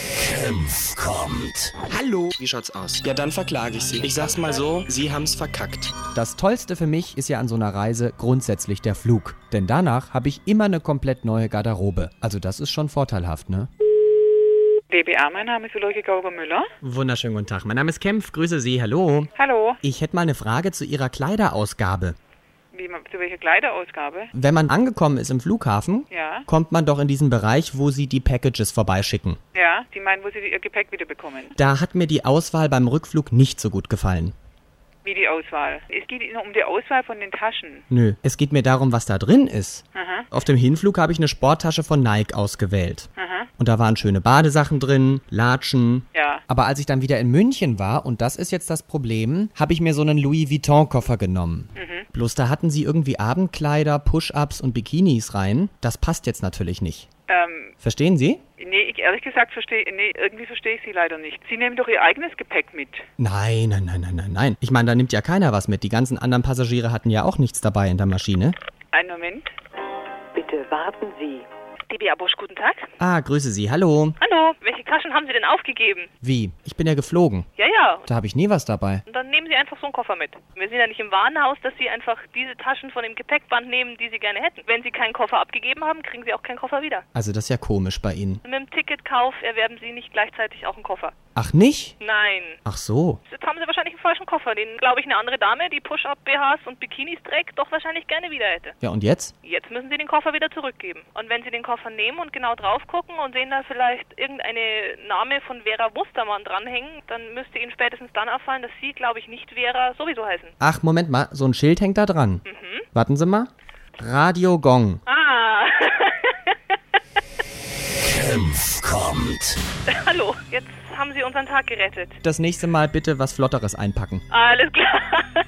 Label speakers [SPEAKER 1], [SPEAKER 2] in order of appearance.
[SPEAKER 1] Senf kommt.
[SPEAKER 2] Hallo. Wie schaut's aus? Ja, dann verklage ich Sie. Ich sag's mal so, Sie haben's verkackt.
[SPEAKER 3] Das Tollste für mich ist ja an so einer Reise grundsätzlich der Flug. Denn danach habe ich immer eine komplett neue Garderobe. Also das ist schon vorteilhaft, ne?
[SPEAKER 4] DBA, mein Name ist Ulrike Gauger Müller.
[SPEAKER 3] Wunderschönen guten Tag. Mein Name ist Kempf. Grüße Sie. Hallo.
[SPEAKER 4] Hallo,
[SPEAKER 3] Ich hätte mal eine Frage zu Ihrer Kleiderausgabe.
[SPEAKER 4] wie, ma- zu welcher Kleiderausgabe?
[SPEAKER 3] Wenn man angekommen ist im Flughafen,
[SPEAKER 4] Ja.
[SPEAKER 3] kommt man doch in diesen Bereich, wo Sie die Packages vorbeischicken.
[SPEAKER 4] Ja, die meinen, wo sie ihr Gepäck wiederbekommen.
[SPEAKER 3] Da hat mir die Auswahl beim Rückflug nicht so gut gefallen.
[SPEAKER 4] Wie die Auswahl? Es geht Ihnen um die Auswahl von den Taschen.
[SPEAKER 3] Nö, es geht mir darum, was da drin ist.
[SPEAKER 4] Aha.
[SPEAKER 3] Auf dem Hinflug habe ich eine Sporttasche von Nike ausgewählt. Und da waren schöne Badesachen drin, Latschen.
[SPEAKER 4] Ja.
[SPEAKER 3] Aber als ich dann wieder in München war, und das ist jetzt das Problem, habe ich mir so einen Louis Vuitton-Koffer genommen. Bloß da hatten sie irgendwie Abendkleider, Push-Ups und Bikinis rein. Das passt jetzt natürlich nicht.
[SPEAKER 4] Ähm,
[SPEAKER 3] Verstehen Sie?
[SPEAKER 4] nee, ich ehrlich gesagt verstehe, nee, irgendwie verstehe ich Sie leider nicht. Sie nehmen doch Ihr eigenes Gepäck mit.
[SPEAKER 3] Nein, nein, nein, nein, nein, nein. Ich meine, da nimmt ja keiner was mit. Die ganzen anderen Passagiere hatten ja auch nichts dabei in der Maschine.
[SPEAKER 4] Einen Moment.
[SPEAKER 5] Bitte warten Sie.
[SPEAKER 6] DBA Bosch, guten Tag.
[SPEAKER 3] Ah, grüße Sie. Hallo.
[SPEAKER 6] Hallo, welche Taschen haben Sie denn aufgegeben?
[SPEAKER 3] Wie? Ich bin ja geflogen.
[SPEAKER 6] Ja, ja.
[SPEAKER 3] Da habe ich nie was dabei.
[SPEAKER 6] Und dann nehmen Sie einfach so einen Koffer mit. Wir sind ja nicht im Warenhaus, dass Sie einfach diese Taschen von dem Gepäckband nehmen, die Sie gerne hätten. Wenn Sie keinen Koffer abgegeben haben, kriegen Sie auch keinen Koffer wieder.
[SPEAKER 3] Also das ist ja komisch bei Ihnen.
[SPEAKER 6] Mit dem Ticketkauf erwerben Sie nicht gleichzeitig auch einen Koffer.
[SPEAKER 3] Ach nicht?
[SPEAKER 6] Nein.
[SPEAKER 3] Ach so.
[SPEAKER 6] Jetzt haben Sie wahrscheinlich einen falschen Koffer, den, glaube ich, eine andere Dame, die Push-Up-BHs und Bikinis trägt, doch wahrscheinlich gerne wieder hätte.
[SPEAKER 3] Ja, und jetzt?
[SPEAKER 6] Jetzt müssen Sie den Koffer wieder zurückgeben. Und wenn Sie den Koffer nehmen und genau drauf gucken und sehen da vielleicht irgendeine Name von Vera Wustermann dranhängen, dann müsste Ihnen spätestens dann auffallen, dass Sie, glaube ich, nicht Vera sowieso heißen.
[SPEAKER 3] Ach, Moment mal, so ein Schild hängt da dran. Warten Sie mal. Radio Gong.
[SPEAKER 6] Ah,
[SPEAKER 1] Senf kommt.
[SPEAKER 6] hallo. Jetzt haben Sie unseren Tag gerettet.
[SPEAKER 3] Das nächste Mal bitte was Flotteres einpacken.
[SPEAKER 6] Alles klar.